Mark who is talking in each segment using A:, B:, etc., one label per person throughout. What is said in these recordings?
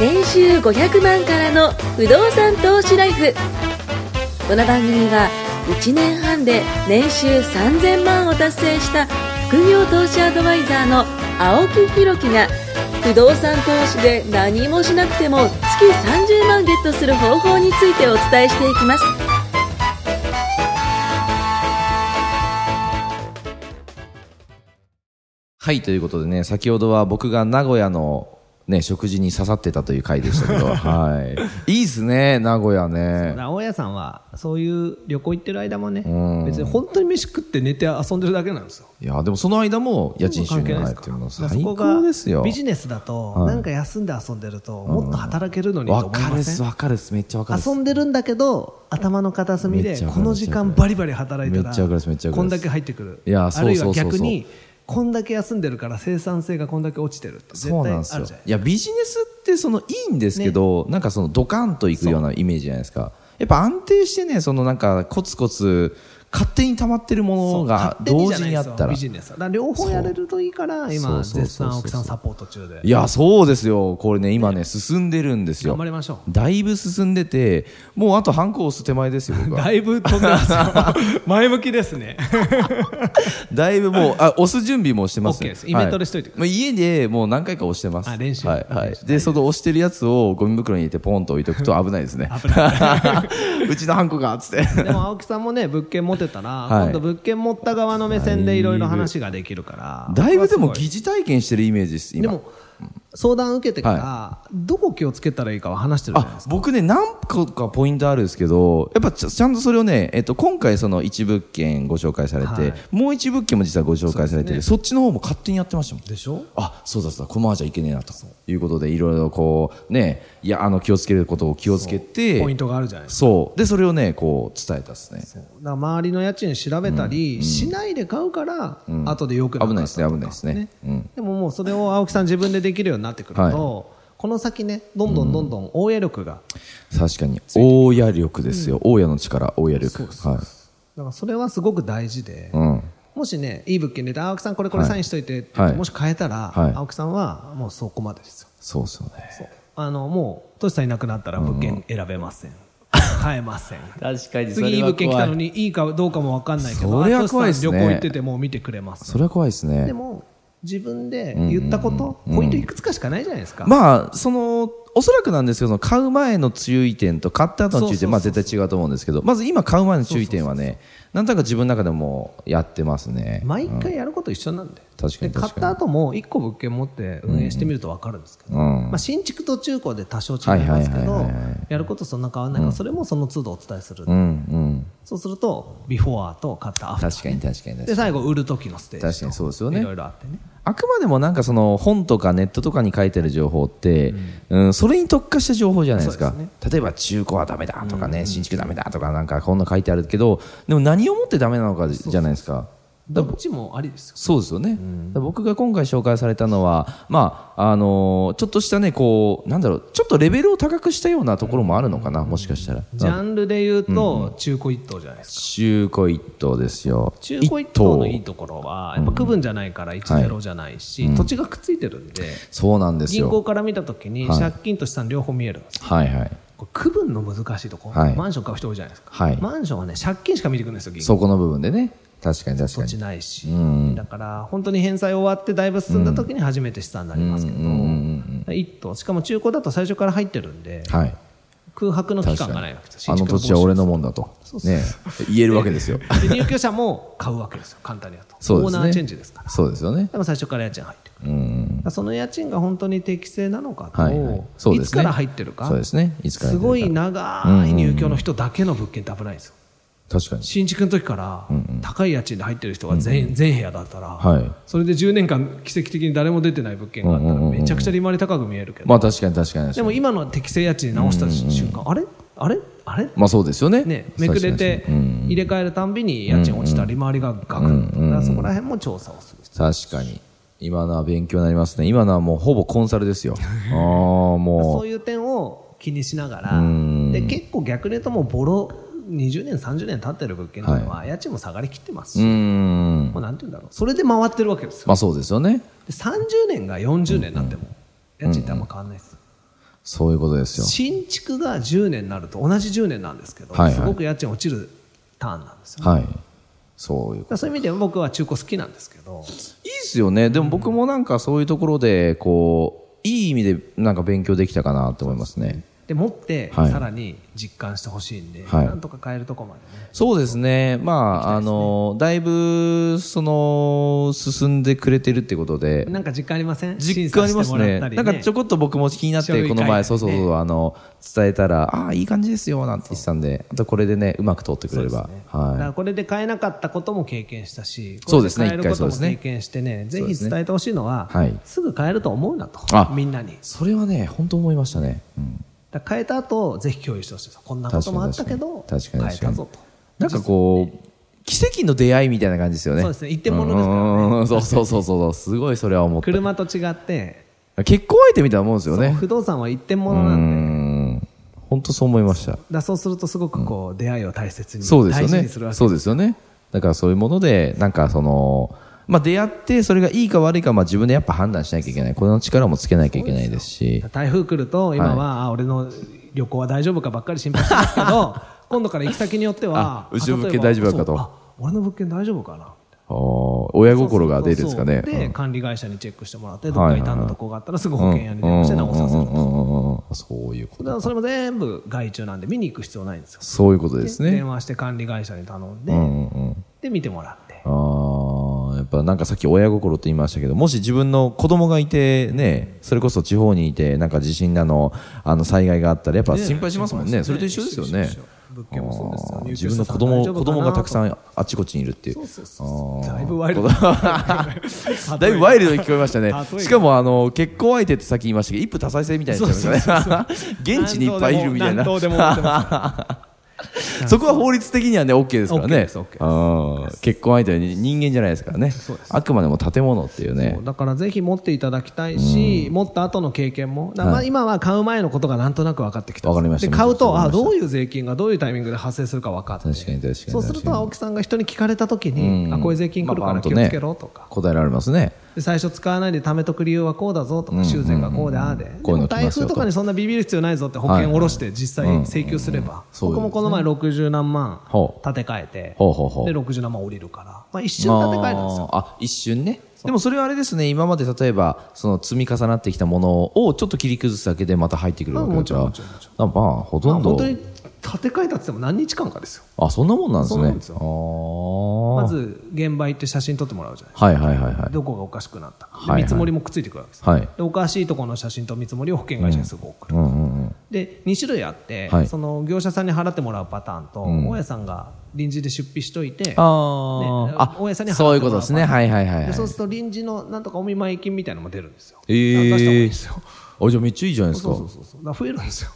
A: 年収500万からの不動産投資ライフこの番組は1年半で年収3000万を達成した副業投資アドバイザーの青木弘樹が不動産投資で何もしなくても月30万ゲットする方法についてお伝えしていきます
B: はい、ということでね、先ほどは僕が名古屋の、ね、食事に刺さってたという回でしたけ ど、はい。いいっすね、名古屋ね。
C: 青屋さんはそういう旅行行ってる間もね
B: ん
C: 別に本当に飯食って寝て遊んでるだけなんですよ
B: いや、でもその間も家賃収入が入ってるの
C: だからそ
B: 最
C: こが
B: 高ですよ。
C: ビジネスだと、
B: はい
C: なんか休んで遊んでるともっと働けるのにと
B: わ
C: 思い
B: かる
C: ま
B: っ
C: せ
B: す、
C: ん
B: わかるっす、めっちゃわかるっす
C: 遊。んでるんだけど頭の片隅
B: めっ
C: で
B: ちゃわか
C: こ
B: る
C: の時間バリバリ働いた
B: め
C: ら
B: っちゃわかるっすめっちゃわか
C: こ
B: る
C: ん
B: っす
C: だけ入ってくる
B: いや
C: あるいは
B: そうそうそうそう
C: 逆にこんだけ休んでるから生産性がこんだけ落ちてるって絶
B: そう
C: 対
B: な
C: あ
B: んで
C: るじ
B: す
C: ゃ
B: よ
C: ないですか
B: いやビジネスってそのいいんですけど、なんかそのドカンといくようなイメージじゃないですかやっぱ安定してねそのなんかコツコツ勝手に溜まってるものが
C: 勝手
B: 同
C: じゃ
B: 時
C: ない
B: に
C: で
B: あ
C: すよ
B: ったら
C: ビジネスはだから両方やれるといいか
B: そう
C: ら今
B: そうそうそう
C: 絶賛青木さんサポート中で
B: いやそうですよこれね今ね進んでるんですよ
C: 頑張りましょ
B: だいぶ進んでてもうあとハンコ押す手前ですよ僕
C: う
B: は
C: だいぶ飛んでますよ前向きですね
B: だいぶもうあ押す準備もしてます、
C: OK ですイベントでしといてくだ
B: はい、もう家でもう何回か押してます
C: あ練習
B: はいはい、でその押してるやつをゴミ袋に入れてポンと置いとくと危ないですね うちのハンコがっつって
C: でも青木さんもね物件持てたら、
B: い
C: 今度物件持った側の目線でいろいろ話ができるから
B: だいぶでも
C: 僕はす
B: 疑似体験してるイメージです
C: ごいで
B: 今
C: も相談受けてから、どこ気をつけたらいいかは話してるじゃないで
B: あ
C: すか
B: 僕ね何個かポイントあるんですけどやっぱちゃちゃんとそれをね、えっと、今回その一物件ご紹介されて、
C: はい
B: もう一物件も実はご紹介されててそ,、っちの方も勝手にやってましたもん
C: でしょ
B: あそうだそうだこのままじゃいけねえなということでいろいろこうねいやあの気をつけることを気をつけて
C: ポイントがあるじゃないですか
B: そうでそれをねこう伝えたですね
C: だから周りの家賃調べたり、しないで買うから、後でよくかっ
B: 危
C: たとか
B: ないですね危ないですねうん
C: でももうそれを青木さん自分でできるようになってくると、
B: はい
C: この先ねどんどんどんどん応援力が、
B: 確かに大家力ですよ、大家の力大家力はい
C: だからそれはすごく大事で、
B: うん
C: もしねいい物件で青木さんこれこれサインしといてって言って、
B: はい
C: もし変えたら、
B: はい
C: 青木さんはもうそこまでですよ
B: そうですよね
C: あのもうトシさんいなくなったら物件選べま せん、買えません
B: 確かに
C: 次いい物件来たのにいいかどうかも分かんないけど
B: それは怖い
C: あ
B: で
C: トシ
B: す
C: さ
B: ね
C: ん旅行行っててもう見てくれます
B: それは怖いですね
C: でも自分で言ったこと、ポイントいくつかしかないじゃないですか、
B: まあそのおそらくなんですけどその買う前の注意点と買った後の注意
C: そうそうそうそう
B: 点まあ絶対違うと思うんですけどまず今買う前の注意点はねなんとなく自分の中でもやってますね
C: 毎回やること一緒なんで,、
B: 確かに
C: で買っ
B: 確かに
C: た後も1個物件持って運営してみると分かるんですけど、
B: うん
C: まあ、新築と中古で多少違いますけ
B: はいはいはい
C: ど
B: はいはい
C: やることそんな変わらないから、それもその都度お伝えする、
B: うんうん
C: そうするとビフォーと買ったアフター
B: 確かに確かに確か
C: で
B: に
C: 最後売る時のステー
B: 確
C: ジ
B: か
C: と
B: にそうですよね
C: いろいろあってね
B: あくまでもなんかその本とかネットとかに書いてる情報って、うんそれに特化した情報じゃないですか
C: そうで
B: 例えば中古はダメだとかね、新築ダメだとかなんかこんな書いてあるけどでも何をもってダメなのかじゃないですか
C: どっちもありですよ
B: そうですよね、だから僕が今回紹介されたのは、まああのーちょっとしたねこうなんだろうちょっとレベルを高くしたようなところもあるのかな、もしかしたら、
C: ジャンルで言うと中古一等じゃないですか
B: 中古一棟ですよ
C: 中古一等のいいところはやっぱ区分じゃないから10じゃないし、土地がくっついてるんで、
B: そうなんです
C: 銀
B: よ
C: 行から見たときに借金と資産両方見えるんですよ、
B: はいはい
C: これ区分の難しいとこ、
B: はい
C: マンション買う人多いじゃないですか、
B: はい
C: マンションはね借金しか見てくるんですよ銀行
B: そこの部分でね確かに確か
C: 土
B: に
C: 地ないし、だから本当に返済終わってだいぶ進んだときに初めて資産になりますけど、一等しかも中古だと最初から入ってるんで
B: はい
C: 空白の期間
B: 確
C: が
B: か
C: ない
B: に
C: わけです
B: あ
C: よ
B: の
C: 新築
B: 土地は俺のもんだとね言えるわけ ですよ
C: で入居者も買うわけですよ 簡単にやると、
B: そう
C: オ
B: です
C: ー
B: ね
C: ナーチェンジですから
B: そうですよね
C: でも最初から家賃入ってくる
B: うん
C: その家賃が本当に適正なのかと、
B: はいいはいそうですね
C: つから入ってるか
B: そうですねいつから入って
C: す
B: るか
C: ごい長い入居の人だけの物件って危ないですよ
B: 確かに
C: 新築の時から高い家賃で入ってる人が全,、全部屋だったら、
B: はい
C: それで10年間奇跡的に誰も出てない物件があったらめちゃくちゃ利回り高く見えるけど、
B: まあ確かに確かに確か
C: で
B: に
C: も今の適正家賃に直した瞬間、あれあれあれ
B: まあそうですよね
C: ね、めくれて
B: 確かにうん
C: 入れ替えるたんびに家賃落ちた利回りがガクッとだからそこら辺も調査をする必
B: 確かに今のは勉強になりますね今のはもうほぼコンサルです よああも
C: そうういう点を気にしながら
B: ん
C: で結構逆に言うともうボロ20年30年経ってる物件というのは家賃も下がりきってますし、
B: うーん
C: もうなんて言うんだろうそれで回ってるわけですよ
B: まあそうですよね
C: で30年が40年になっても家賃ってあんま変わんないです、
B: そういうことですよ。
C: 新築が10年になると同じ10年なんですけど、
B: はいはい
C: すごく家賃落ちるターンなんですよ、ね
B: はい。そういう
C: だからそういう意味では僕は中古好きなんですけど
B: いいっすよね。でも僕もなんかそういうところで、こう、いい意味でなんか勉強できたかなと思いますね。
C: で持って
B: はい
C: さらに実感してほしいんで、
B: はい
C: なんとか買えるとこまでね
B: そうですね。まあ、あの、だいぶ、その、進んでくれてるってことで。
C: なんか実感ありません
B: 実感あります
C: 審査してもら
B: ね。
C: ったり
B: なんかちょこっと僕も気になっ
C: 書類
B: て、
C: 書
B: この
C: いたり
B: 前、
C: ね
B: そうそうそう、あの、伝えたら、ああ、いい感じですよ、なんて言ってたんで、あとこれでね、うまく通ってく
C: そう
B: れ
C: で
B: れ
C: すね
B: ば。
C: だから
B: は
C: これで買えなかったことも経験したし、
B: そうですね
C: これ買えることも
B: 一回そうです
C: 経
B: ね
C: 験してね、ぜ
B: そう
C: ひ
B: ですね
C: 伝えてほしいのは、
B: はい
C: すぐ買えると思うなと
B: あ、
C: みんなに。
B: い。それはね、本当思いましたね。うん
C: だから変えた後、ぜひ共有してほしいです。こんなこともあったけど、変
B: 確かに確かに
C: えたぞと。
B: なんかこう、奇跡の出会いみたいな感じですよね。
C: そうですね一点物ですからね
B: うんうんうんそうそうそうそう、すごいそれは思った。
C: 車と違って、
B: 結婚相手みたいなもんですよ
C: そう
B: ね。
C: 不動産は一点
B: う
C: 物なんで、だか
B: ん。本当そう思いました。
C: らそうするとすごくこう、出会いを大切に、
B: そうです
C: 大
B: よ
C: 事に
B: ね。
C: するわけ
B: そうですよね。だからそういうもので、なんかその、まあ出会って、それがいいか悪いか、まあ自分でやっぱ判断しなきゃいけない。この力もつけなきゃいけないですし。
C: 台風来ると今は、あ俺の旅行は大丈夫かばっかり心配してますけ ど今度から行き先によっては
B: あうちの
C: あ
B: 物件
C: 例えば
B: 大丈夫かと
C: そうあ俺の物件大丈夫か
B: あ
C: な
B: ー親心が出るんですかね。
C: そうそうそう
B: う
C: で
B: ん
C: 管理会社にチェックしてもらって
B: は
C: ど
B: いはい
C: っ
B: は
C: か
B: い
C: 傷んだとこがあったらすぐ保険屋に電話して直させる
B: うんうんうんうんうんそういうこ
C: だか
B: と。
C: らそれも全部外注なんで見に行く必要ないんですよ
B: そういうことですね
C: 電。話して管理会社に頼んで、
B: うんうんうん。
C: で見てもらって
B: ああ、やっぱなんかさっき親心って言いましたけど、もし自分の子供がいてね、それこそ地方にいて、なんか地震なの、あの災害があったら、やっぱ心配しますもんね。それと一緒ですよね
C: 一緒一緒。物件もそうですよ
B: あー
C: 入居者
B: 自分の子
C: さん大
B: 供、
C: 丈夫かな
B: 子供がたくさんあちこちにいるっていう。
C: そうそうそう
B: あー
C: だいぶワイルド
B: だいぶワイ
C: ル
B: ルドに聞こえましたね
C: 例え。ば
B: しかも、あの、結婚相手ってさっき言いましたけど、一夫多妻制みたいになっちゃいましたね。 現地にいっぱいいるみたいな。
C: 何頭でも持ってます
B: そこは法律的にはね、OK ですから
C: OK
B: ね
C: です OK です。
B: あー結婚相手は人間じゃないですからね。あくまでも建物っていうね
C: そう。だからぜひ持っていただきたいし、持った後の経験も、だからまあ今は買う前のことがなんとなく分かってきた
B: わかりました
C: で買うと
B: わかり
C: あ
B: ました
C: どういう税金がどういうタイミングで発生するか分かって
B: 確かに確かに確かに
C: そうすると青木さんが人に聞かれた時に、
B: うん
C: あこういう税金来るから気をつけろとか、
B: 答えられますね。
C: で最初使わないで貯めとく理由はこうだぞとか、
B: うん
C: 修繕がこうでああで,、
B: こういうの
C: でも
B: 来ますよ
C: 台
B: と
C: 風とかにそんなビビる必要ないぞって保険下ろして実際請求すれば、
B: そうです
C: 僕
B: ね
C: もこの前60何万
B: ほう
C: 建て替えて、
B: ほうほうほう
C: で60何万降りるから、まあ、一瞬建て替えたんですよ
B: あーあ一瞬ね。でもそれはあれですね、今まで例えば、その積み重なってきたものをちょっと切り崩すだけでまた入ってくるわけ
C: まあ
B: だ
C: も
B: か
C: ち
B: ら
C: ろんもちろんもち、
B: まあ、ほとん
C: まあ
B: ど
C: 本当、に建て替えたって言っても何日間かですよ
B: あ、そんなもんなんです
C: そう
B: ね。
C: な
B: あ
C: んですよ
B: ー
C: ま、ず現場行って写真撮ってもらうじゃないです
B: はいはいはいは
C: か
B: い。
C: どこがおかしくなったか、で
B: はいはい
C: 見積もりもくっついてくるわけです、
B: はい。
C: でおかしいところの写真と見積もりを保険会社にすぐ送る、
B: うんうんうん。
C: で2種類あって、
B: はい
C: その業者さんに払ってもらうパターンと、大家さんが臨時で出費しといて
B: あ、
C: ね
B: ーあ、
C: 大家さんに払って
B: そういうことですね。はいはいはい、はい
C: で。そうすると臨時のなんとかお見舞い金みたいなのも出るんですよ
B: え
C: 出した方がいい
B: ー
C: ですよ、
B: あじゃあめっちゃいいじゃないですか。
C: そうそうそうそうだから増えるんですよ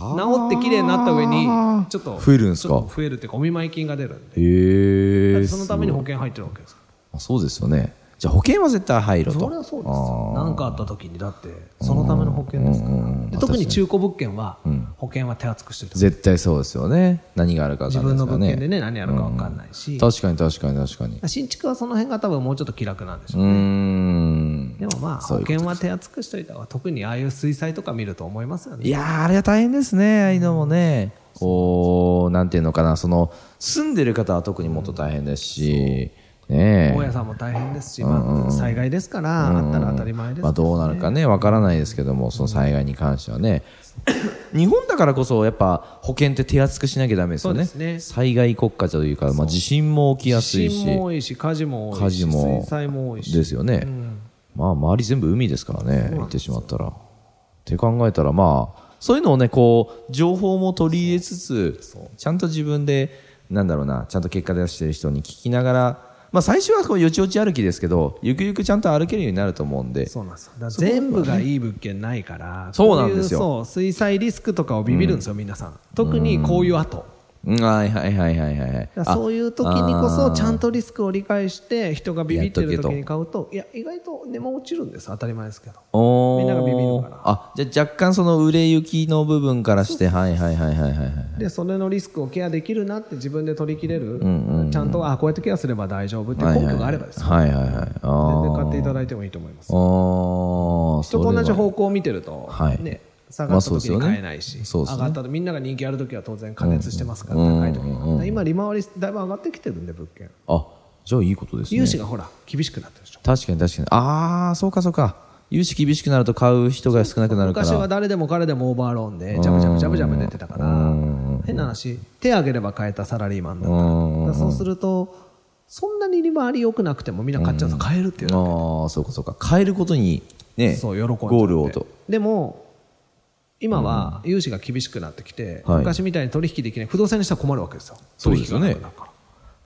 C: 治って綺麗になった上にちょっと
B: 増えるんですか
C: ちょっと増えるっていうかお見舞い金が出るんで
B: へ
C: だ
B: え
C: ってそのために保険入ってるわけですから
B: あそうですよね。じゃあ保険は絶対入ろと。
C: それはそうで
B: あ
C: すよ
B: ー
C: 何かあった時にだってそのための保険ですからで特に中古物件は保険は手厚くしてる
B: 絶対そうですよね。何があるか分
C: 自
B: かんないです
C: 分の
B: から
C: 物
B: ね。
C: 件でね何やるか分かんないし
B: 確かに確かに確かに。
C: 新築はその辺が多分もうちょっと気楽なんでし
B: う
C: ょう
B: ーん。
C: でもまあ
B: そ
C: 保
B: ういうこと
C: 険は手厚くしておいた方が特にああいう水災とか見ると思いますよ
B: い
C: ね
B: やー、あれは大変ですね。ああいうのもね。こう、なんていうのかな。その、住んでる方は特にもっと大変ですし。ねえ
C: 大家さんも大変ですしまあ災害ですからあったら当たり前です
B: まあ、
C: から
B: どうなるかね、わからないですけども、その災害に関してはね。日本だからこそ、やっぱ保険って手厚くしなきゃダメですよね。
C: そうですね
B: 災害国家というか、まあ、地震も起きやすい
C: 地
B: し。
C: 震も多いし火事も多
B: 火
C: いし
B: 事も
C: 水災も多いし
B: ですよね、まあ周り全部海ですからね行ってしまったらって考えたらまあそういうのをねこう情報も取り入れつつちゃんと自分でなんだろうなちゃんと結果出してる人に聞きながらまあ最初はこうよちよち歩きですけどゆくゆくちゃんと歩けるようになると思うんで
C: そうなんですよだから全部がいい物件ないから
B: そうなんですよ
C: こういうそう水災リスクとかをビビるんですよ、皆さん特にこういう後
B: うんはいはいはいはいはいはい
C: だからそういう時にこ
B: あ
C: そ
B: ー
C: ちゃんとリスクを理解して人がビビって
B: や
C: る
B: っとけと
C: 時に買うといや意外と値も落ちるんです当たり前ですけど
B: おー
C: みんながビビるから
B: あじゃあ若干その売れ行きの部分からしてはいはいはいはいはいはい
C: でそれのリスクをケアできるなって自分で取り切れる、ちゃんとあこうやってケアすれば大丈夫って根拠があればですよ、
B: はいはいはいあー
C: 全然買っていただいてもいいと思います
B: あー
C: 人
B: それ
C: と
B: は
C: 同じ方向を見てると、
B: はい
C: ね、下がった時に
B: まあそうですよね
C: 買えないし、
B: そうですね
C: 上がったとみんなが人気ある時は当然加熱してますから、
B: うん
C: 高い時に、
B: うんうんうん
C: 今利回りだいぶ上がってきてるんで物件
B: あじゃあいいことですね
C: 融資がほら厳しくなってるでしょ
B: 確かに確かにああそうかそうか融資厳しくなると買う人が少なくなるから
C: 昔は誰でも彼でもオーバーローンでジャブジャブジャブジャブ出てたから
B: うん
C: 変な話手挙げれば買えたサラリーマンだったら
B: うん
C: だからそうするとそんなに利回り良くなくてもみんな買っちゃうと買えるっていう
B: ああそうかそうか変えることにね
C: そう喜んじゃって
B: ゴールをと
C: でも今は融資が厳しくなってきて、
B: はい
C: 昔みたいに取引できない不動産にしたら困るわけですよ
B: そう
C: 取
B: です
C: 引
B: よ
C: が
B: ね
C: なくなるからだか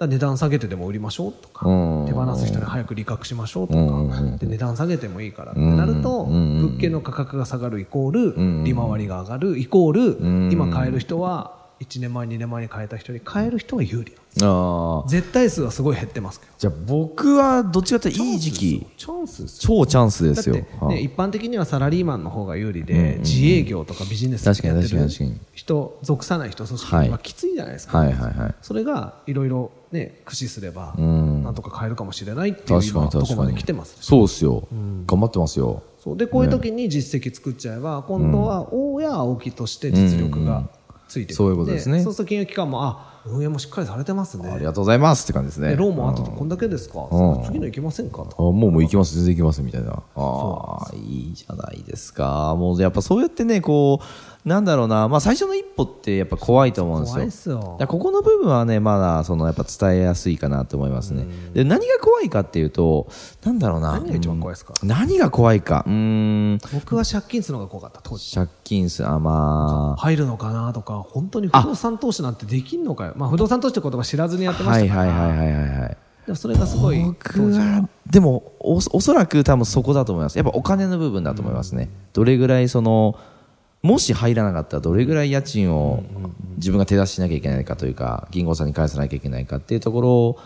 C: ら値段下げてでも売りましょうとか
B: うん
C: 手放す人に早く利確しましょうと
B: うん
C: かで値段下げてもいいからってなると
B: うん
C: 物件の価格が下がるイコー
B: ん
C: ル利回りが上がるイコー
B: ん
C: ル今買える人は1年前2年前に買えた人に買える人が有利なんです
B: ああ
C: 絶対数はすごい減ってますけど
B: じゃあ僕はどっちかっていうといい時期
C: チャンスですよ
B: 超チャンスで
C: だっ
B: す
C: て、
B: よ
C: ね
B: はい
C: 一般的にはサラリーマンの方が有利で、自営業とかビジネス
B: 確かに
C: やってる
B: 確かに確かに
C: 人属さない人組織
B: はい
C: はきついじゃないですか、
B: はいはいはい
C: それがいろいろね駆使すれば
B: ん
C: なんとか変えるかもしれないっていう
B: 確か
C: 今
B: に
C: とこ
B: 確
C: ま
B: か
C: で
B: に
C: 来てます
B: そうですよ頑張ってますよ
C: そうでこういう時に実績作っちゃえば、今度は王や青木として実力がついてくる、
B: そういうことですね
C: そうすると金融機関もあ運営もしっかりされてますね
B: ありがとうございますって感じです
C: で
B: ね
C: ローンもあとこんだけですか
B: うん
C: 次の行けませんかとか
B: あもうもう行きます全然行きますみたいなああいいじゃないですかもうやっぱそうやってねこうなんだろうな、まあ、最初の一歩ってやっぱ怖いと思うんですよ
C: 怖いっすよ
B: だからここの部分はねまだそのやっぱ伝えやすいかなと思いますねで何が怖いかっていうとなんだろうな
C: 何が一番怖いですか
B: うん何が怖いかうーん
C: 僕は借金するのが怖かった当時
B: 借金数あまあ
C: 入るのかなとか本当に不動産投資なんてできんのかよまあ、不動産投資って言葉知らずにやってま
B: は
C: し
B: い
C: たか
B: は
C: ら、
B: いはいはいはいはい
C: でもそれがすごい
B: 僕はでもおおそらく多分そこだと思いますやっぱお金の部分だと思いますね、どれぐらいそのもし入らなかったらどれぐらい家賃を自分が手出ししなきゃいけないかというか銀行さんに返さなきゃいけないかっていうところ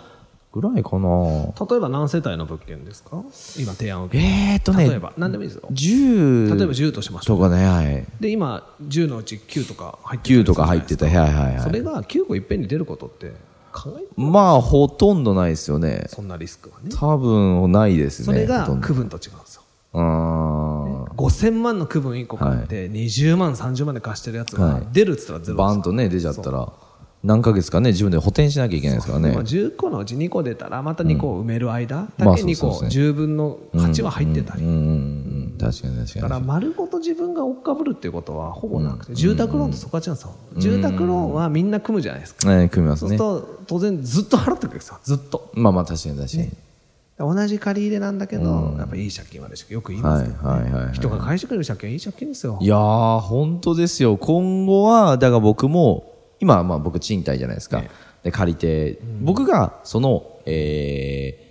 B: ぐらいかな
C: 例えば何世帯の物件ですか今提案を受け
B: えー、っと
C: て
B: ね
C: 例えば何でもいいですよ
B: 10
C: 例えば10としましょ
B: と
C: う
B: かね、はい、
C: で今10のうち9とか入ってる
B: 9とか入ってたはいはいは
C: それ
B: い
C: が9個いっぺんに出ることって考え
B: まあほとんどないですよね
C: そんなリスクはね
B: 多分ないですね
C: それが
B: ほとんど
C: 区分と違うんですよ
B: うーん
C: 5000万の区分1個買って20万30万で貸してるやつ
B: は
C: が
B: い
C: 出るっつったらゼロ
B: バーンとね出ちゃったら何ヶ月かね自分で補填しなきゃいけないですからね
C: まあ、10個のうち2個出たらまた2個を埋める間
B: ま
C: だ
B: あ
C: け
B: そう
C: 2
B: そう
C: 個
B: ですね
C: 10分の8は入ってたり、
B: うんうんうん確かに確かに
C: だから丸ごと自分が追っかぶるっていうことはほぼなくて、住宅ローンとそこは違うんですよ、住宅ローンはみんな組むじゃないですか、
B: ね組みます
C: そうす
B: ね
C: ると当然ずっと払ってくるんですよずっと
B: まあまあ確かに確かに
C: 同じ借り入れなんだけど、やっぱいい借金悪い借金よく言いま
B: は
C: す
B: い
C: けど、
B: はいはいはい
C: 人が返してくれる借金はいい借金ですよ
B: いやー本当ですよ今後はだから僕も今はまあ僕賃貸じゃないですかで借りて僕がそのえー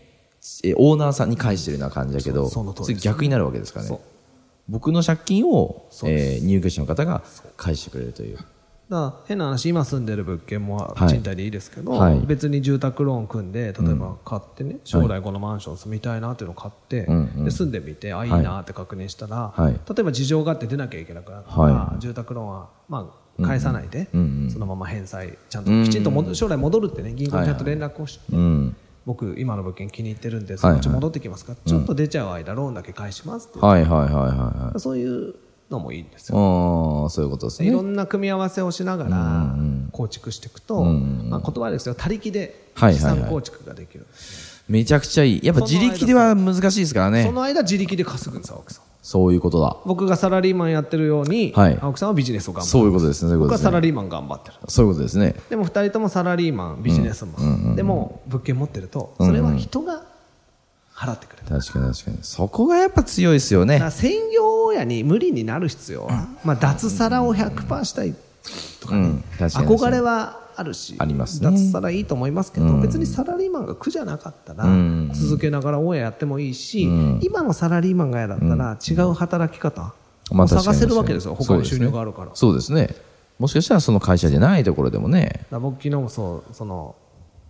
B: えオーナーさんに返してるような感じだけど
C: そうその通り
B: それ
C: です
B: 逆になるわけですから
C: そう
B: ね僕の借金を
C: そうで
B: えー入居者の方が返してくれるという
C: だから変な話今住んでる物件も
B: はい
C: 賃貸でいいですけど、
B: はい
C: 別に住宅ローン組んで例えば買ってね、将来このマンション住みたいなっていうのを買って、
B: んうん
C: で住んでみてあいいなって確認したら、
B: はい
C: 例えば事情があって出なきゃいけなくなったら、
B: はい
C: 住宅ローンはまあ返さないで、
B: うんうんうん
C: そのまま返済ちゃんときちんと戻将来戻るってね銀行にちゃんと連絡をして、
B: うん
C: 僕今の物件気に入ってるんでそのうち戻ってきますから、ちょっと出ちゃう間ローンだけ返しますって、
B: はいはいはいはいはい
C: そういうのもいいんですよ
B: ああそういうことです
C: い
B: ね
C: ろんな組み合わせをしながら構築していくと、まあ、言葉悪いですけど他力で
B: はい
C: 資
B: はいはい
C: 産構築ができる、
B: めちゃくちゃいいやっぱ自力では難しいですから
C: そ
B: ね
C: の間自力で稼ぐんです青木さん
B: そういうことだ
C: 僕がサラリーマンやってるように、
B: はい
C: 青木さんはビジネスを頑張って
B: そういうことですねそういうこと
C: 僕は
B: です
C: サ
B: ね
C: ラリーマン頑張ってる
B: そういうことですね
C: でも2人ともサラリーマンビジネスマン、でも物件持ってるとそれは人が払ってくれる、
B: 確かに確かにそこがやっぱ強いですよ
C: だ
B: ね
C: から専業親に無理になる必要は、まあ、脱サラを100%したいとかね、
B: うん確かに
C: 憧れはあるし
B: ありますね
C: 脱サラいいと思いますけど、別にサラリーマンが苦じゃなかったら、
B: ん
C: 続けながらオンエアやってもいいし、今のサラリーマンが嫌だったら、違う働き方
B: まあ
C: を探せるわけですよ、
B: 確
C: 他
B: か
C: の
B: に
C: 収入があるから。だか
B: そうですねそうですねもしかしたらその会社じゃないところでもね
C: ら僕、昨日もそうその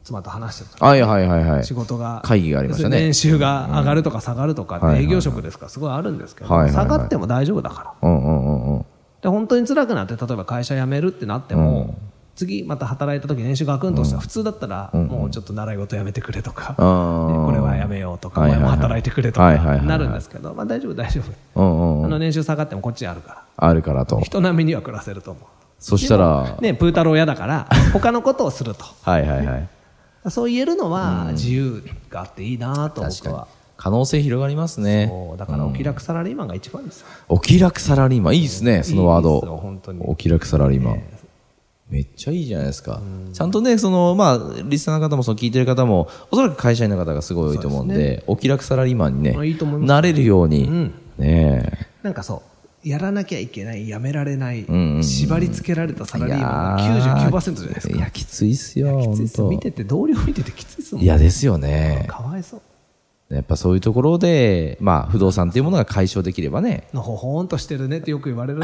C: 妻と話してた
B: はいはいはいはい
C: 仕事が
B: 会議がありましたね
C: 要するに年収が上がるとか下がるとか
B: はい
C: っ
B: はい
C: て
B: は
C: 営
B: い
C: 業職ですからすごいあるんですけど、
B: はいはいはい
C: 下がっても大丈夫だから
B: うんうんうんうん
C: で本当に辛くなって例えば会社辞めるってなっても、次また働いた時年収ガクンとしたら普通だったら、もうちょっと習い事辞めてくれとか、
B: あー
C: ねこれはやめようとか、
B: はいはいはい
C: お前も働いてくれと
B: はいはい
C: か
B: はい
C: なるんですけど、まあ、大丈夫大丈夫、
B: うんうんうん
C: あの年収下がってもこっちにあるから
B: あるからと。
C: 人並みには暮らせると思
B: そしたら
C: う、ねプー太郎嫌だから他のことをすると
B: はいはいはい。
C: そう言えるのは自由があっていいなと
B: 確
C: 僕は
B: かに。可能性広がりますね。
C: そうだからお気楽サラリーマンが一番ですよ
B: お気楽サラリーマン。いいですね、そのワー
C: いいですよ
B: ド
C: 本当に。
B: お気楽サラリーマン。めっちゃいいじゃないですか。ちゃんとね、その、まあ、リスナーの方も、その聞いてる方も、おそらく会社員の方がすごい多いと思うんで、お気楽サラリーマンにね、
C: あいいと思います
B: なれるように、
C: ん
B: ねえ。
C: なんかそうやらなきゃいけないやめられない
B: んうんうん
C: 縛り付けられたサラリーマン
B: いや
C: が
B: ー
C: 99%じゃないですか
B: いや、きついっすよ、
C: きついっす
B: ほんと
C: 見てて同僚見ててきついっすもん
B: いや、ですよね。
C: かわいそう
B: やっぱそういうところで、まあ、不動産っていうものが解消できれば ね。
C: のほほんとしてるねってよく言われる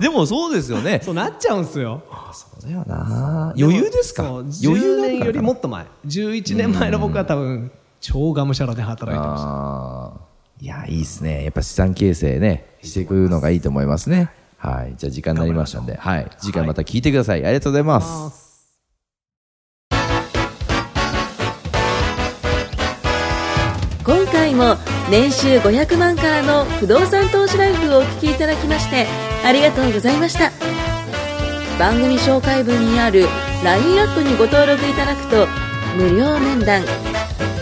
B: でもそうですよね。
C: そうなっちゃうんすよ
B: そうだよな。余裕ですか
C: そう
B: 余
C: 10
B: 裕
C: 年
B: だか
C: より
B: ら
C: もっと前11年前の僕は多分超がむしゃらで働いてました
B: あーいや、いいですね。やっぱ資産形成ね、していくのがいいと思いますね。はい。じゃあ時間になりましたんで、はい。次回また聞いてください。ありがとうございます。
A: 今回も年収500万からの不動産投資ライフをお聞きいただきましてありがとうございました番組紹介文にある LINE アットにご登録いただくと無料面談